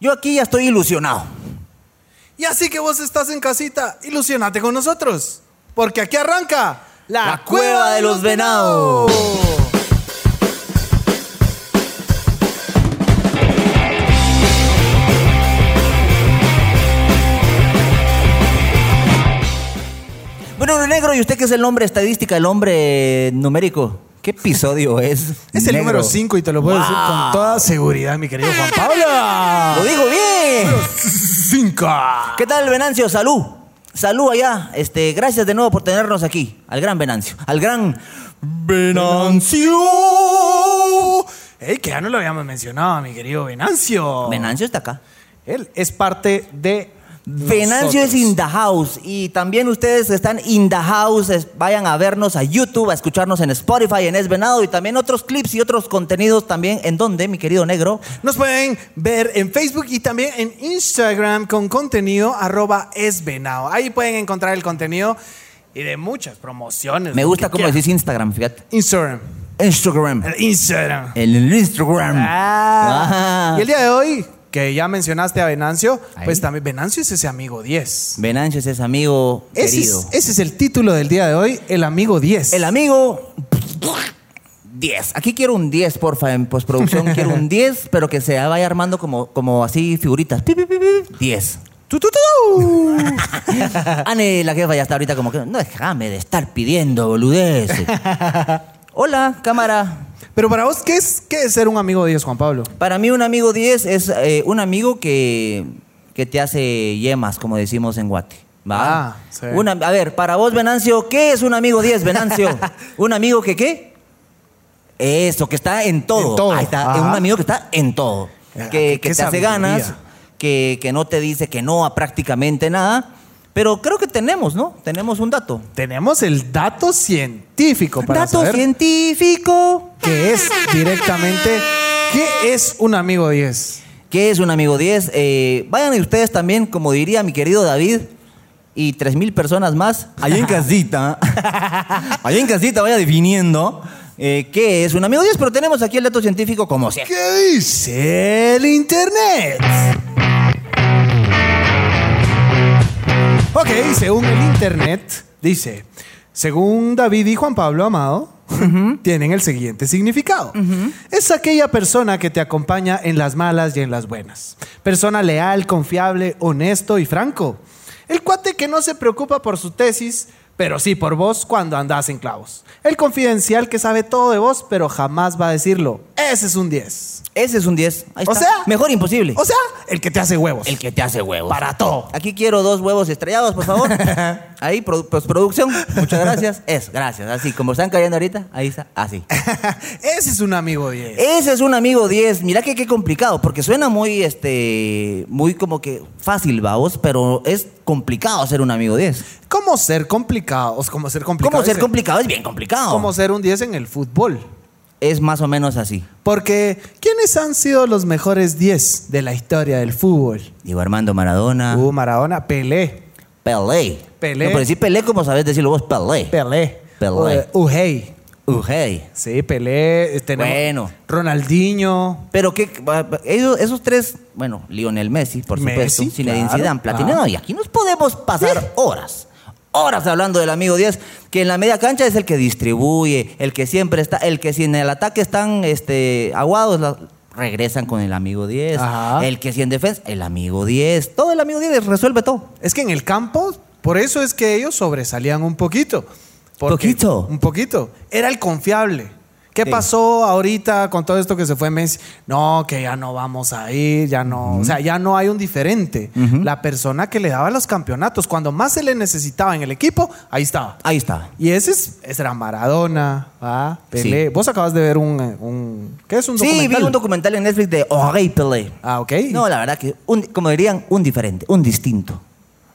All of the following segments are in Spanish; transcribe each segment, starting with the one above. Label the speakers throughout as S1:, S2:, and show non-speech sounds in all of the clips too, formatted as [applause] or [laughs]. S1: Yo aquí ya estoy ilusionado.
S2: Y así que vos estás en casita, ilusionate con nosotros. Porque aquí arranca
S1: La Cueva de los Venados. Bueno, Bruno negro, ¿y usted qué es el nombre estadística, el hombre numérico? ¿Qué episodio es?
S2: [laughs] Es el
S1: Negro.
S2: número 5 y te lo puedo decir
S1: Wow.
S2: con toda seguridad, mi querido Juan Pablo.
S1: Lo digo bien.
S2: 5.
S1: ¿Qué tal, Venancio? Salud. Salud allá. Este, gracias de nuevo por tenernos aquí. Al gran Venancio. Al gran
S2: Venancio. Ey, que ya no lo habíamos mencionado, mi querido Venancio.
S1: Venancio está acá.
S2: Él es parte de.
S1: Venancio es in the house y también ustedes que están in the house. es- Vayan a vernos a YouTube, a escucharnos en Spotify, en Es Venado y también otros clips y otros contenidos también en donde, mi querido negro.
S2: Nos pueden ver en Facebook y también en Instagram con contenido arroba esvenado. Ahí pueden encontrar el contenido y de muchas promociones.
S1: Me
S2: lo
S1: gusta
S2: que
S1: cómo
S2: quieran.
S1: decís Instagram, fíjate.
S2: Instagram.
S1: Instagram.
S2: El Instagram.
S1: El Instagram.
S2: Ah.
S1: Ah.
S2: Y el día de hoy, que ya mencionaste a Venancio,
S1: Ahí.
S2: pues también Venancio es ese amigo 10.
S1: Venancio es ese amigo
S2: Ese
S1: querido.
S2: es, ese es el título del día de hoy, el amigo 10.
S1: El amigo 10. Aquí quiero un 10, porfa, en
S2: [laughs]
S1: postproducción quiero un 10, pero que se vaya armando como, como así figuritas. Pi, pi, pi, pi.
S2: [laughs]
S1: 10.
S2: Tu, tu,
S1: [laughs]
S2: tu.
S1: Ane, la jefa ya está ahorita como que no déjame de estar pidiendo boludez.
S2: [laughs]
S1: Hola, cámara.
S2: Pero para vos, ¿qué es, ¿qué es ser un amigo 10, Juan Pablo?
S1: Para mí un amigo 10 es eh, un amigo que, que te hace yemas, como decimos en Guate. ¿va?
S2: Ah, sí.
S1: Una- a ver, para vos, Venancio, ¿qué es un amigo 10,
S2: [laughs]
S1: Venancio? ¿Un amigo que qué? Eso, que está en todo.
S2: En todo,
S1: Ahí está,
S2: ajá.
S1: un amigo que está en todo. Que,
S2: Ah, qué-
S1: que
S2: qué
S1: te hace
S2: sabiduría.
S1: ganas, que, que no te dice que no a prácticamente nada. Pero creo que tenemos, ¿no? Tenemos un dato.
S2: Tenemos el dato científico para
S1: dato
S2: saber
S1: científico.
S2: qué es directamente qué es un amigo 10.
S1: ¿Qué es un amigo 10? Eh, vayan ustedes también, como diría mi querido David, y 3.000 personas más, allá en [laughs] casita, allá en casita vaya definiendo eh, qué es un amigo 10, pero tenemos aquí el dato científico como siempre.
S2: ¿Qué dice el Internet? Ok, según el Internet, dice, según David y Juan Pablo Amado, tienen el siguiente significado. Es aquella persona que te acompaña en las malas y en las buenas. Persona leal, confiable, honesto y franco. El cuate que no se preocupa por su tesis, pero sí por vos cuando andás en clavos. El confidencial que sabe todo de vos, pero jamás va a decirlo. Ese es un 10.
S1: Ese es un 10. Ahí
S2: O
S1: está.
S2: sea-
S1: Mejor imposible.
S2: O sea, el que te hace huevos.
S1: el que te hace huevos.
S2: para todo.
S1: Aquí quiero dos huevos estrellados, por [laughs] favor. Ahí, produ- postproducción. Muchas gracias. Eso, gracias. Así, como están cayendo ahorita, ahí está. Así.
S2: [laughs] Ese es un amigo 10.
S1: Ese es un amigo 10. Mira que qué complicado, porque suena muy, este, muy como que fácil, vamos, pero es complicado ser un amigo 10.
S2: ¿Cómo ser complicados? ¿Cómo ser complicado?
S1: ¿Cómo ser
S2: Ese-
S1: complicado? Es bien complicado.
S2: ¿Cómo ser un 10 en el fútbol?
S1: Es más o menos así.
S2: Porque, ¿quiénes han sido los mejores 10 de la historia del fútbol?
S1: Digo, Armando Maradona,
S2: Hugo Maradona, Pelé,
S1: Pelé.
S2: Uh. Pelé.
S1: No, pero decir Pelé, como sabes decirlo vos, Pelé.
S2: Pelé,
S1: Pelé.
S2: Uh, Ujei.
S1: Ujey.
S2: Sí, Pelé. eh, tenemos
S1: Bueno.
S2: Ronaldinho.
S1: Pero que esos, esos tres, bueno, Lionel Messi, por supuesto,
S2: Messi,
S1: Zinedine
S2: claro,
S1: Zidane, Platini.
S2: claro.
S1: No, y aquí nos podemos pasar horas, horas hablando del amigo 10, que en la media cancha es el que distribuye, el que siempre está, el que si en el ataque están este, aguados, la- regresan con el amigo 10,
S2: Ajá.
S1: el que si en defensa, el amigo 10, todo el amigo 10 resuelve todo.
S2: Es que en el campo, por eso es que ellos sobresalían un poquito. Porque-
S1: Poquito.
S2: Un poquito. Era el confiable. ¿Qué
S1: Sí.
S2: pasó ahorita con todo esto que se fue Messi? No, que ya no vamos a ir, ya no. O sea, ya no hay un diferente. La persona que le daba los campeonatos, cuando más se le necesitaba en el equipo, ahí estaba.
S1: Ahí está.
S2: Y ese, es, ese era Maradona, ¿va? Pelé.
S1: Sí.
S2: Vos acabas de ver un, eh, un- ¿Qué es un
S1: Sí, vi
S2: documental?
S1: un documental en Netflix de Henri Pelé.
S2: Ah, ok.
S1: No, la verdad que, un- como dirían, un diferente, un distinto.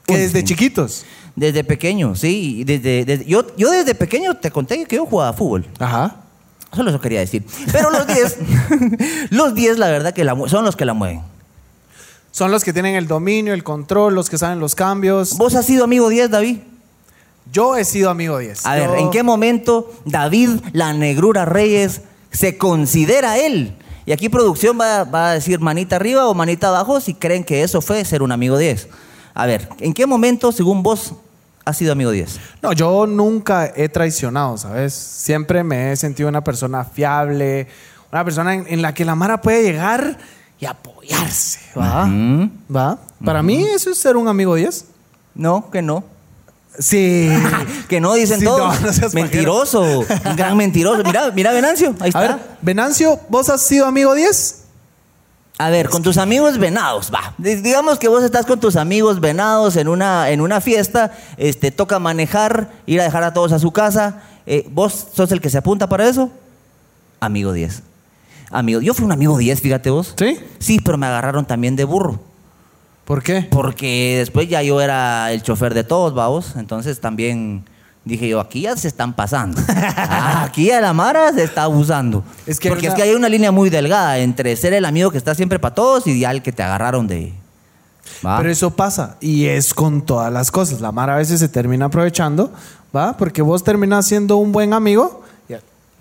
S2: que
S1: Un
S2: desde
S1: distinto.
S2: chiquitos.
S1: Desde pequeño, sí. y Desde, desde- yo, yo desde pequeño te conté que yo jugaba fútbol.
S2: Ajá.
S1: Solo eso quería decir. Pero los 10, [laughs] los 10 la verdad que la mue- son los que la mueven.
S2: Son los que tienen el dominio, el control, los que saben los cambios.
S1: ¿Vos has sido amigo 10, David?
S2: Yo he sido amigo 10.
S1: A
S2: Yo-
S1: ver, ¿en qué momento David La Negrura Reyes se considera él? Y aquí producción va, va a decir manita arriba o manita abajo si creen que eso fue ser un amigo 10. A ver, ¿en qué momento, según vos, has sido amigo 10?
S2: No, yo nunca he traicionado, ¿sabes? Siempre me he sentido una persona fiable, una persona en, en la que la Mara puede llegar y apoyarse,
S1: ¿Ah?
S2: ¿va?
S1: Ujú.
S2: ¿Va? Para mí eso es ser un amigo 10.
S1: No, que no.
S2: Sí.
S1: [laughs] Que no dicen
S2: Sí, no, [laughs]
S1: todos.
S2: no seas
S1: mentiroso, un gran mentiroso. Mira, mira Venancio, ahí está.
S2: [laughs] A ver, Venancio, ¿vos has sido amigo 10?
S1: A ver, con tus amigos venados, va. Di- Digamos que vos estás con tus amigos venados en una, en una fiesta, este, toca manejar, ir a dejar a todos a su casa. Eh, ¿Vos sos el que se apunta para eso? Amigo 10. Amigo, yo fui un amigo 10, fíjate vos.
S2: ¿Sí?
S1: Sí, pero me agarraron también de burro.
S2: ¿Por qué?
S1: Porque después ya yo era el chofer de todos, vamos. Entonces también dije yo, aquí ya se están
S2: [laughs]
S1: pasando. Ah, aquí ya la Mara se está abusando.
S2: Es que
S1: Porque
S2: era
S1: es
S2: una-
S1: que hay una línea muy delgada entre ser el amigo que está siempre para todos y ya el que te agarraron de. ¿va?
S2: Pero eso pasa y es con todas las cosas. La Mara a veces se termina aprovechando, ¿va? Porque vos terminás siendo un buen amigo. y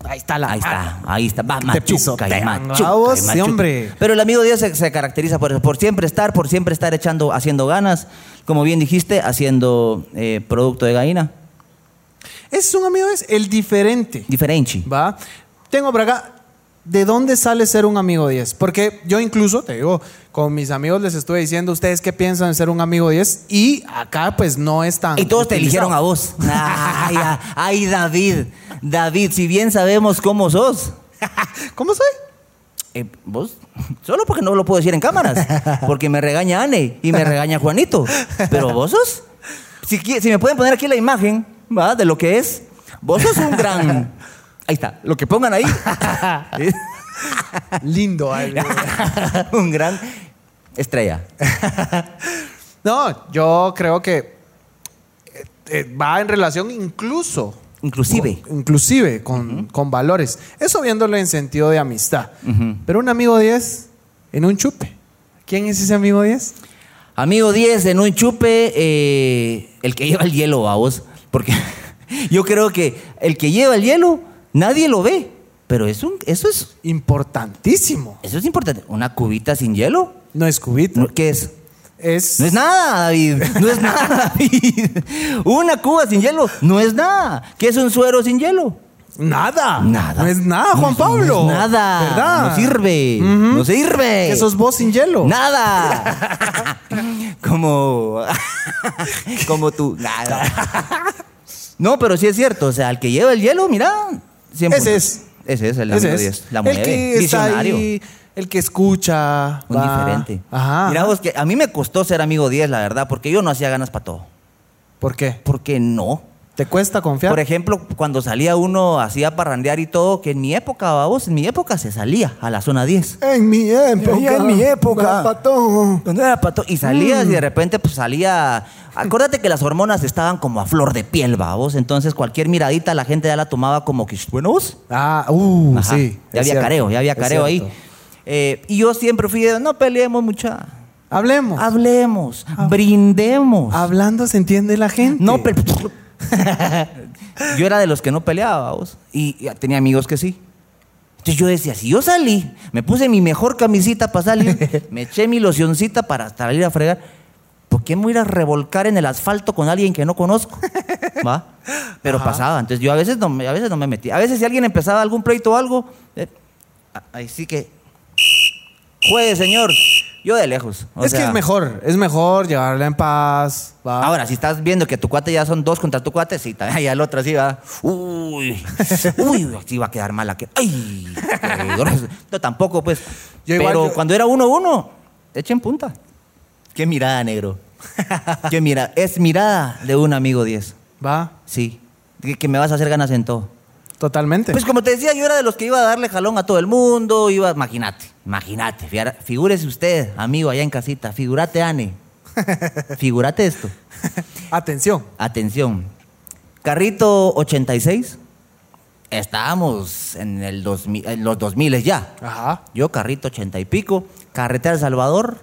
S2: Ahí está la
S1: Ahí
S2: Mara.
S1: está, ahí está. Va, machuca y
S2: pisotean,
S1: machuca.
S2: ¿va vos?
S1: y
S2: Sí,
S1: machuca.
S2: hombre.
S1: Pero el amigo Dios se, se caracteriza por eso, por siempre estar, por siempre estar echando, haciendo ganas. Como bien dijiste, haciendo eh, producto de gallina.
S2: Es un amigo, es el diferente.
S1: Diferente.
S2: ¿Va? Tengo por acá. ¿De dónde sale ser un amigo 10? Porque yo incluso, te digo, con mis amigos les estuve diciendo, ¿ustedes qué piensan de ser un amigo 10? Y acá pues no es tan...
S1: Y todos te eligieron a
S2: utilizado.
S1: vos. Ah, Ay, a- ay, David. David, si bien sabemos cómo sos.
S2: ¿Cómo soy?
S1: eh, ¿Vos? Solo porque no lo puedo decir en cámaras. Porque me regaña Ane y me regaña Juanito. Pero vos sos. Si, qui- si me pueden poner aquí la imagen ¿va? de lo que es. Vos sos un gran. Ahí está. Lo que pongan ahí. [laughs]
S2: Lindo. ay,
S1: un gran estrella.
S2: [laughs] no, yo creo que eh, eh, va en relación incluso...
S1: Inclusive.
S2: Inclusive con, con valores. Eso viéndolo en sentido de amistad. Pero un amigo 10 en un chupe. ¿Quién es ese amigo 10?
S1: Amigo 10 en un chupe, eh, el que lleva el hielo, vos. Porque [laughs] yo creo que el que lleva el hielo, nadie lo ve. Pero es un, eso, es,
S2: Importantísimo.
S1: eso es importante. Una cubita sin hielo,
S2: No es cubito.
S1: ¿no? ¿qué es?
S2: Es,
S1: No es nada, David. No es nada, [laughs] David. Una cuba sin hielo, no es nada. ¿Qué es un suero sin hielo?
S2: Nada.
S1: Nada.
S2: No es nada,
S1: No
S2: Juan
S1: es- no es
S2: Pablo.
S1: nada.
S2: ¿Verdad?
S1: No sirve. No sirve.
S2: Esos vos sin hielo. [laughs]
S1: Nada. como. como tú. Nada. No, pero sí es cierto. O sea, el que lleva el hielo, mira. cien
S2: Ese
S1: puntos.
S2: es.
S1: Ese es el
S2: Ese
S1: amigo
S2: es.
S1: 10. La
S2: el
S1: mueve.
S2: que está
S1: Visionario.
S2: ahí, el que escucha.
S1: Un
S2: va.
S1: diferente.
S2: Ajá.
S1: Mira vos que a mí me costó ser amigo 10, la verdad, porque yo no hacía ganas para todo.
S2: ¿Por qué?
S1: Porque no.
S2: ¿Te cuesta confiar?
S1: Por ejemplo, cuando salía uno, hacía parrandear y todo, que en mi época, babos, en mi época se salía a la zona 10.
S2: en mi época.
S1: Ya en mi época.
S2: va, pato.
S1: Cuando era pato. Y salías
S2: Mm.
S1: y de repente pues salía. Acuérdate que las hormonas estaban como a flor de piel, babos. Entonces cualquier miradita la gente ya la tomaba como que. Bueno, vos".
S2: Ah, uh,
S1: Ajá.
S2: sí.
S1: Ya
S2: es
S1: había
S2: cierto,
S1: careo, ya había
S2: es
S1: careo ahí.
S2: cierto.
S1: Eh, y yo siempre fui de, no peleemos, mucha.
S2: Hablemos.
S1: Hablemos,
S2: Ah.
S1: brindemos.
S2: Hablando se entiende la gente.
S1: No, pero. [laughs] yo era de los que no peleaba, vos. Y y tenía amigos que sí. Entonces yo decía, si yo salí, me puse mi mejor camisita para salir,
S2: [laughs]
S1: me eché mi locioncita para salir a fregar, ¿por qué me voy a ir a revolcar en el asfalto con alguien que no
S2: [laughs]
S1: conozco? ¿Va? Pero pasaba. Entonces yo a veces no, me- a veces no me metía. A veces si alguien empezaba algún pleito o algo, eh, a- ahí sí que. Juegue, señor. Yo de lejos. O
S2: es que
S1: sea,
S2: es mejor. Es mejor llevarla en paz. va.
S1: Ahora, si estás viendo que tu cuate ya son dos contra tu cuate, sí, también [laughs] ya el otro así va. Uy, [laughs] uy, así va a quedar mala. Que, [laughs] ¡Ay! qué grueso. No, tampoco, pues.
S2: Yo
S1: Pero
S2: igual, yo-
S1: cuando era uno uno, echen punta. Qué mirada, negro. Qué mirada. Es mirada de un amigo 10.
S2: Va.
S1: Sí. Que, que me vas a hacer ganas en todo.
S2: Totalmente.
S1: Pues como te decía, yo era de los que iba a darle jalón a todo el mundo. Iba, imagínate, imagínate. fiara- Figúrese usted, amigo allá en casita. Figúrate, [laughs] Ane. Figúrate esto.
S2: Atención.
S1: Atención. Carrito 86. Estábamos en, el 2000, en los 2000 ya.
S2: Ajá.
S1: Yo, carrito 80 y pico. Carretera El Salvador.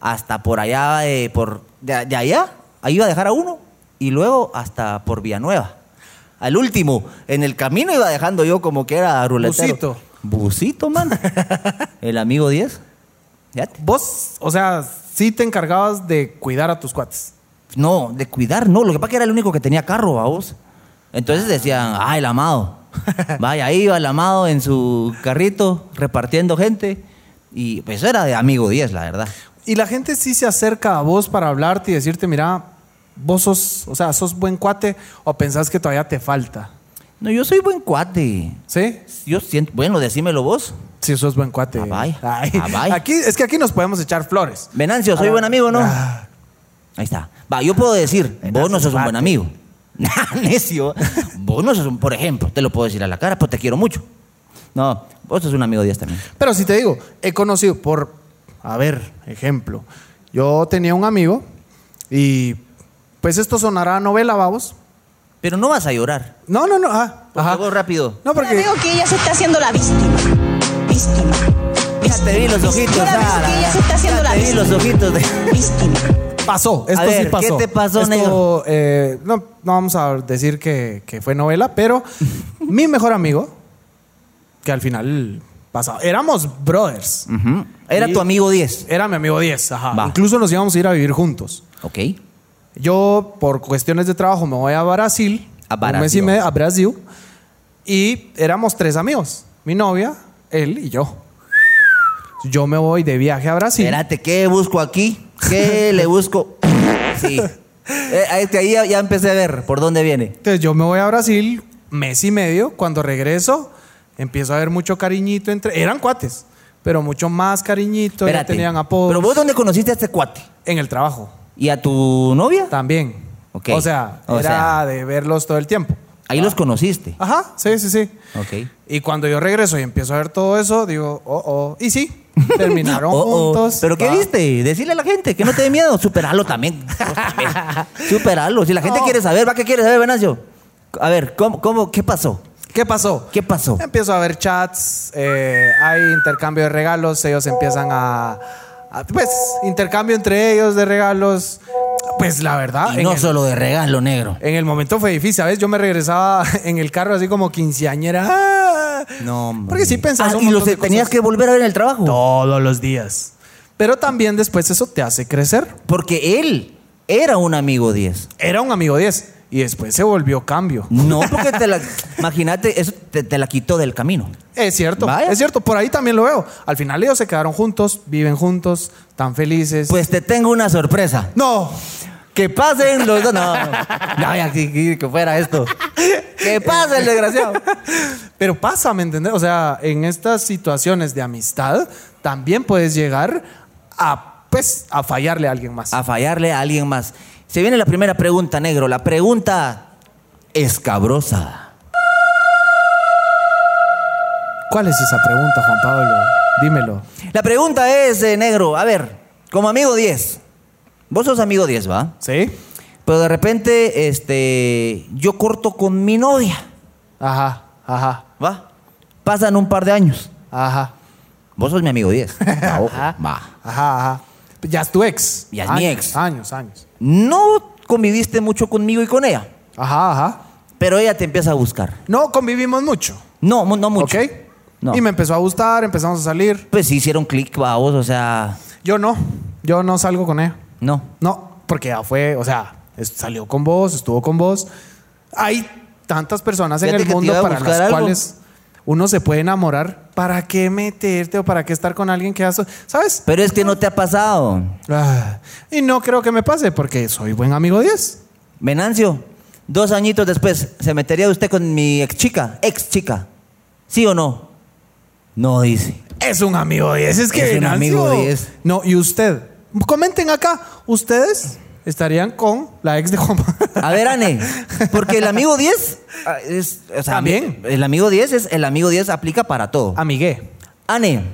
S1: Hasta por allá, de, por, de, de allá. Ahí iba a dejar a uno. Y luego hasta por Villanueva. Al último, en el camino iba dejando yo como que era ruletero.
S2: Busito.
S1: Busito, man. El amigo 10. Ya te-
S2: Vos, o sea, sí te encargabas de cuidar a tus cuates.
S1: No, de cuidar, no. Lo que pasa que era el único que tenía carro, vos. Entonces decían, ah, el [laughs] amado. Vaya, iba el amado en su carrito repartiendo gente. Y pues eso era de amigo 10, la verdad.
S2: Y la gente sí se acerca a vos para hablarte y decirte, mira, vos sos, o sea, sos buen cuate o pensás que todavía te falta.
S1: No, yo soy buen cuate.
S2: ¿Sí?
S1: Yo siento, bueno, decímelo vos.
S2: Sí, sos buen cuate.
S1: Ah, vaya.
S2: Ay.
S1: Ah, vaya.
S2: Aquí, es que aquí nos podemos echar flores.
S1: Venancio, soy
S2: Ah.
S1: buen amigo, ¿no?
S2: Ah.
S1: Ahí está. Va, yo puedo decir, vos no sos un buen
S2: cuate.
S1: amigo. [laughs] Necio. vos no sos un, por ejemplo, te lo puedo decir a la cara, pues te quiero mucho. No, vos sos un amigo 10 también.
S2: Pero si te digo, he conocido por, a ver, ejemplo, yo tenía un amigo y pues esto sonará a novela, babos.
S1: Pero no vas a llorar.
S2: No, no, no, ah,
S1: Porque
S2: ajá.
S1: vos rápido.
S2: No,
S3: Ahora
S2: porque
S3: veo que ella se está haciendo la víctima. Víctima.
S1: Ya te vi los ojitos,
S3: Ahora veo
S1: Sara.
S3: que ella se está haciendo
S1: Ya
S3: la
S1: te vi los
S3: víctima.
S1: ojitos. de-
S3: Víctima.
S2: pasó, esto
S1: A ver,
S2: sí
S1: ¿qué
S2: pasó.
S1: te pasó,
S2: Esto,
S1: negro?
S2: eh, no, no vamos a decir que, que fue novela, pero
S1: [laughs]
S2: mi mejor amigo, que al final pasó, éramos brothers.
S1: Ujú. Era
S2: Y-
S1: tu amigo 10.
S2: Era mi amigo 10, ajá.
S1: Va.
S2: Incluso nos íbamos a ir a vivir juntos.
S1: Ok.
S2: Yo, por cuestiones de trabajo, me voy a Brasil.
S1: A
S2: Un mes y
S1: Brasil.
S2: medio, a Brasil. Y éramos tres amigos. Mi novia, él y yo. Yo me voy de viaje a Brasil.
S1: Espérate, ¿qué busco aquí?
S2: [laughs]
S1: ¿Qué le busco? Sí. Eh, ahí- ahí ya, ya empecé a ver por dónde viene.
S2: Entonces yo me voy a Brasil, mes y medio. Cuando regreso, empiezo a ver mucho cariñito entre... Eran cuates, pero mucho más cariñito. Ya
S1: Espérate.
S2: tenían apodos.
S1: Pero vos, ¿dónde conociste a este cuate?
S2: En el trabajo,
S1: ¿Y a tu novia?
S2: también.
S1: Ok.
S2: O sea,
S1: O
S2: era
S1: sea.
S2: de verlos todo el tiempo.
S1: Ahí los conociste.
S2: Ajá, sí, sí, sí.
S1: Ok.
S2: Y cuando yo regreso y empiezo a ver todo eso, digo, oh, oh.
S1: [laughs]
S2: Y sí, terminaron
S1: Oh, oh.
S2: juntos.
S1: ¿Pero qué
S2: va.
S1: viste? Decirle a la gente que no te dé miedo. Superalo
S2: [laughs]
S1: también. Vos también. Superalo. Si la gente
S2: No.
S1: quiere saber, ¿va qué quiere saber, Venancio? A ver, ¿cómo, cómo, ¿qué pasó?
S2: ¿Qué pasó?
S1: ¿Qué pasó?
S2: Empiezo a ver chats, eh, hay intercambio de regalos, ellos empiezan a, a, Pues, intercambio entre ellos de regalos. Pues la verdad,
S1: Y
S2: en,
S1: no
S2: el,
S1: solo de regalo negro.
S2: en el momento fue difícil, ¿sabes? Yo me regresaba [laughs] en el carro así como quinceañera. ¡Ah!
S1: No,
S2: Porque sí
S1: si
S2: pensás un
S1: Ah, ¿Y los
S2: montón de
S1: tenías
S2: cosas.
S1: que volver a ver en el trabajo?
S2: Todos los días. Pero también después eso te hace crecer.
S1: Porque él era un amigo 10.
S2: Era un amigo 10 y después se volvió cambio.
S1: No, porque te la. Imagínate, eso te, te la quitó del camino.
S2: Es cierto,
S1: Vaya.
S2: es cierto, por ahí también lo veo. Al final ellos se quedaron juntos, viven juntos, tan felices.
S1: Pues te tengo una sorpresa.
S2: no,
S1: Que pasen los dos. No, no, ya, que- que que fuera esto. Que pase el desgraciado.
S2: pero pasa, ¿me entendés? O sea, en estas situaciones de amistad también puedes llegar a, pues, a fallarle a alguien más.
S1: a fallarle a alguien más. Se viene la primera pregunta, negro. La pregunta escabrosa.
S2: ¿Cuál es esa pregunta, Juan Pablo? Dímelo.
S1: La pregunta es, eh, negro, a ver, como amigo 10. Vos sos amigo 10, ¿va?
S2: ¿Sí?
S1: Pero de repente, este, yo corto con mi novia,
S2: Ajá, ajá,
S1: ¿va? Pasan un par de años.
S2: ajá,
S1: Vos sos mi amigo
S2: [laughs]
S1: 10. Va, ojo, va.
S2: ajá, ajá. Ya es tu ex.
S1: Ya es
S2: años,
S1: mi ex.
S2: Años, años.
S1: No conviviste mucho conmigo y con ella,
S2: Ajá, ajá.
S1: pero ella te empieza a buscar.
S2: No convivimos mucho.
S1: No, mu- no mucho.
S2: ¿Ok?
S1: No.
S2: Y me empezó a gustar, empezamos a salir.
S1: Pues sí hicieron clic, va, vos, o sea,
S2: Yo no, yo no salgo con ella.
S1: no.
S2: No, porque ya fue, o sea, es- salió con vos, estuvo con vos. Hay tantas personas en
S1: Fíjate
S2: el
S1: que te
S2: mundo
S1: iba a
S2: para
S1: buscar
S2: las
S1: algo.
S2: cuales uno se puede enamorar. ¿Para qué meterte o para qué estar con alguien que ya so- ¿Sabes?
S1: Pero es que no te ha pasado.
S2: Ah, y no creo que me pase porque soy buen amigo 10.
S1: Venancio, dos añitos después, ¿se metería usted con mi ex chica? Ex chica. ¿Sí o no? No dice.
S2: Es un amigo 10, es que
S1: Es un
S2: Venancio-
S1: amigo 10.
S2: No, y usted, comenten acá, ustedes estarían con la ex de Juan.
S1: A ver, Ane, porque el amigo 10 ah, es. o sea,
S2: También. Ah.
S1: El amigo 10 es. El amigo 10 aplica para todo.
S2: [laughs] Amigué.
S1: Ane.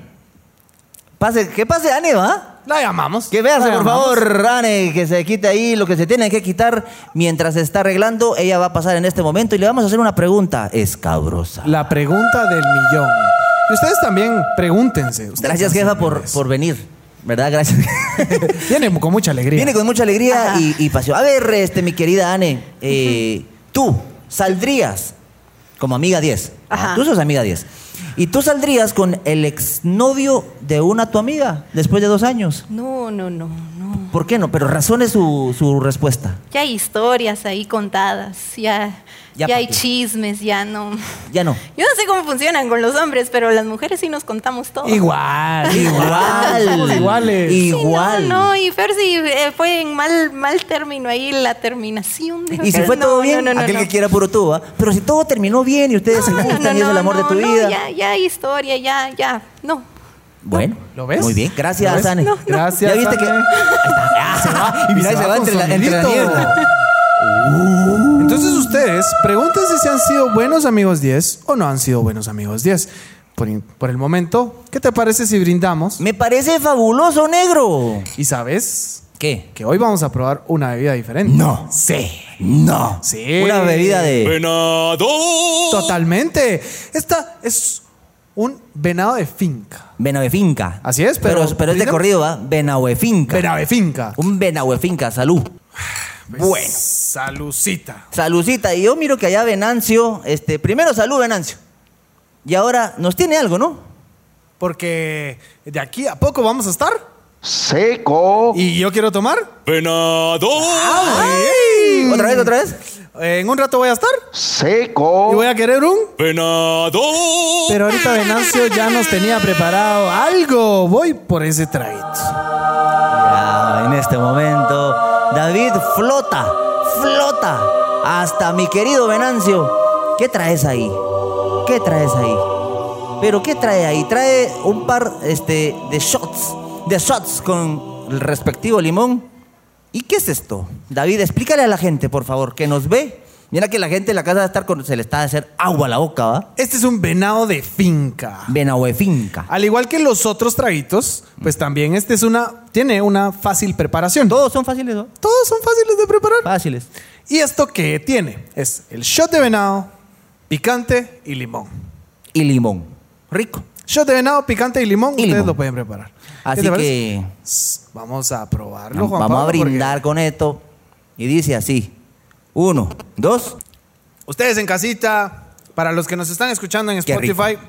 S1: Pase, que pase, Ane, ¿va?
S2: La llamamos.
S1: Que veas,
S2: La
S1: por
S2: llamamos.
S1: favor, Ane, que se quite ahí lo que se tiene que quitar mientras se está arreglando. Ella va a pasar en este momento y le vamos a hacer una pregunta escabrosa.
S2: La pregunta del millón. Y ustedes también pregúntense. Ustedes
S1: Gracias,
S2: hacen
S1: jefa, por,
S2: eso.
S1: por venir. ¿Verdad? Gracias.
S2: [laughs] Viene con mucha alegría.
S1: Viene con mucha alegría y, y pasión. A ver, este, mi querida Ane, eh, tú saldrías como amiga 10. Ah,
S3: Ajá.
S1: Tú sos amiga 10. ¿Y tú saldrías con el exnovio de una tu amiga después de dos años?
S4: No, no, no, no.
S1: ¿Por qué no? Pero razone su, su respuesta.
S4: Ya hay historias ahí contadas, ya,
S1: Ya
S4: ya,
S1: pa'
S4: hay
S1: qué.
S4: chismes, ya no.
S1: Ya no.
S4: Yo no sé cómo funcionan con los hombres, pero las mujeres sí nos contamos todo.
S2: Igual,
S1: [laughs] Igual.
S2: Somos iguales.
S4: Sí,
S1: Igual.
S4: no, no, y Fer sí eh, fue en mal, mal término ahí la terminación. digo,
S1: Y si
S4: pero
S1: fue
S4: no,
S1: todo
S4: no,
S1: bien,
S4: no, no,
S1: aquel
S4: no. Ah,
S1: que quiera puro tú, ¿ah? Pero si todo terminó bien y ustedes se
S4: No, no,
S1: gustan
S4: no,
S1: y es el
S4: no,
S1: amor de
S4: no,
S1: tu
S4: no,
S1: vida.
S4: Ya, ya hay historia, ya, ya. No.
S1: Bueno.
S2: ¿Lo ves?
S1: Muy bien.
S2: ¿Lo
S1: Gracias,
S2: ves?
S1: Sane.
S2: No, no. Gracias,
S1: Ya viste que.
S2: Sane.
S1: Ahí está. Ah, se va. Y mira, se, va
S2: con
S1: entre la, entre la Uh.
S2: sonidito.
S1: niebla.
S2: Entonces ustedes pregunten si se han sido buenos amigos 10 o no han sido buenos amigos 10. Por, in- por el momento, ¿qué te parece si brindamos?
S1: Me parece fabuloso, negro.
S2: Y sabes
S1: ¿Qué?
S2: que hoy vamos a probar una bebida diferente.
S1: No.
S2: Sí.
S1: No.
S2: Sí.
S1: Una bebida de.
S2: Totalmente. Esta es un venado de finca.
S1: Benahuefinca.
S2: Así es, pero-
S1: Pero, es de
S2: ¿Brindamos?
S1: corrido, ¿va? Benahuefinca.
S2: Venado de finca. Uh,
S1: Un Benahuefinca, salud. Bueno.
S2: Salucita.
S1: Salucita. Y yo miro que allá Venancio. Este, primero, salud, Venancio. Y ahora nos tiene algo, ¿no?
S2: Porque de aquí a poco vamos a estar.
S5: Seco.
S2: Y yo quiero tomar. Ah.
S6: Venado.
S2: ¡Ay!
S1: ¿Otra vez, otra vez?
S2: Eh, En un rato voy a estar. Y
S5: Seco.
S2: voy a querer un.
S6: Venado.
S2: Pero ahorita Venancio ya nos tenía preparado algo. Voy por ese traguito.
S1: Ya, en este momento, David flota, flota hasta mi querido Venancio. ¿Qué traes ahí? ¿Qué traes ahí? Pero ¿qué trae ahí? Trae un par este, de shots, de shots con el respectivo limón. ¿Y qué es esto? David, explícale a la gente, por favor, que nos ve. Mira que la gente en la casa va a estar con, se le está a hacer agua a la boca, ¿va?
S2: Este es un venado de finca.
S1: Benahuefinca.
S2: Al igual que los otros traguitos, pues también este es una. Tiene una fácil preparación.
S1: Todos son fáciles, ¿no?
S2: Todos son fáciles de preparar.
S1: Fáciles.
S2: ¿Y esto que tiene? Es el shot de venado, picante y limón.
S1: Y limón. Rico.
S2: Shot de venado, picante y limón,
S1: Y
S2: ustedes
S1: limón.
S2: lo pueden preparar. ¿Qué
S1: Así
S2: te parece?
S1: que...
S2: S- Vamos a probarlo, Juan
S1: Vamos a
S2: Pablo, porque
S1: brindar con esto. Y dice así. Uno, dos.
S2: Ustedes en casita, para los que nos están escuchando en
S1: Qué rico.
S2: Spotify,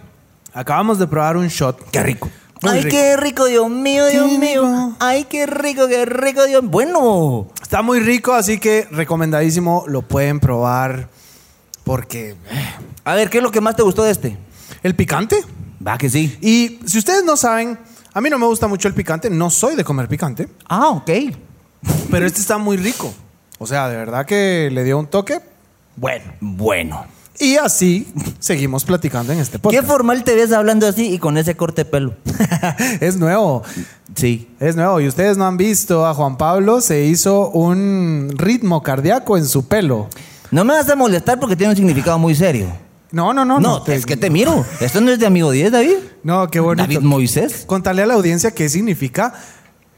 S2: acabamos de probar un shot.
S1: Qué rico.
S2: Muy
S1: Ay,
S2: rico.
S1: qué rico, Dios mío, Dios
S2: Qué
S1: mío.
S2: rico.
S1: Ay, qué rico, qué rico, Dios. Bueno.
S2: Está muy rico, así que recomendadísimo, lo pueden probar porque eh,
S1: A ver, ¿qué es lo que más te gustó de este?
S2: el picante.
S1: Va que sí.
S2: Y si ustedes no saben, a mí no me gusta mucho el picante, no soy de comer picante,
S1: Ah, ok.
S2: pero este está muy rico. O sea, de verdad que le dio un toque. Bueno.
S1: Bueno.
S2: Y así seguimos platicando en este
S1: ¿Qué
S2: podcast.
S1: formal te ves hablando así y con ese corte de
S2: [laughs]
S1: pelo?
S2: es nuevo.
S1: sí.
S2: Es nuevo y ustedes no han visto a Juan Pablo se hizo un ritmo cardíaco en su pelo.
S1: No me vas a molestar porque tiene un significado muy serio.
S2: No, no, no.
S1: No, es que te miro. Esto no es de amigo 10, David.
S2: No, qué bonito.
S1: David Moisés.
S2: Contale a la audiencia qué significa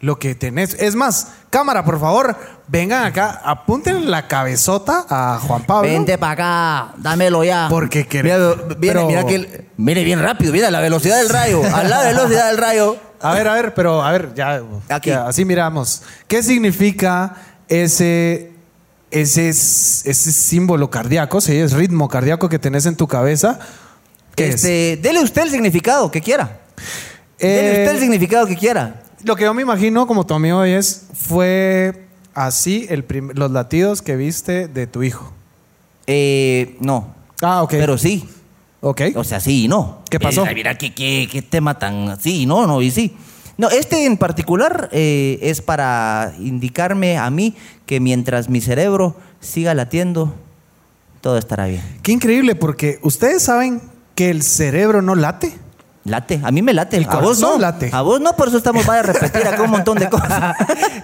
S2: lo que tenés. Es más, cámara, por favor, vengan acá, apunten la cabezota a Juan Pablo.
S1: Vente para acá, dámelo ya.
S2: Porque quere-
S1: Mira, viene,
S2: pero-
S1: mira que el- mire bien rápido, mira la velocidad del rayo, a la velocidad del rayo.
S2: A ver, a ver, pero a ver, ya.
S1: Aquí.
S2: ya, así miramos. ¿Qué significa ese, ese, ese símbolo cardíaco, sí, es ritmo cardíaco que tenés en tu cabeza? [laughs] ¿Qué es?
S1: Este, dele usted el significado que quiera. Dele
S2: Eh,
S1: usted el significado que quiera.
S2: Lo que yo me imagino como tu amigo hoy es, fue así el prim- los latidos que viste de tu hijo.
S1: Eh, no.
S2: Ah, ok.
S1: Pero sí.
S2: ok.
S1: O sea, sí y no.
S2: ¿Qué pasó?
S1: Eh, mira, qué, qué, qué tema tan. Sí y no, no, y sí. No, este en particular eh, es para indicarme a mí que mientras mi cerebro siga latiendo, todo estará bien.
S2: Qué increíble, porque ustedes saben que el cerebro no
S1: [laughs]
S2: late.
S1: Late, a mí me late.
S2: El
S1: a vos no.
S2: corazón late.
S1: A vos no, por eso estamos para repetir acá un montón de
S2: [laughs]
S1: cosas.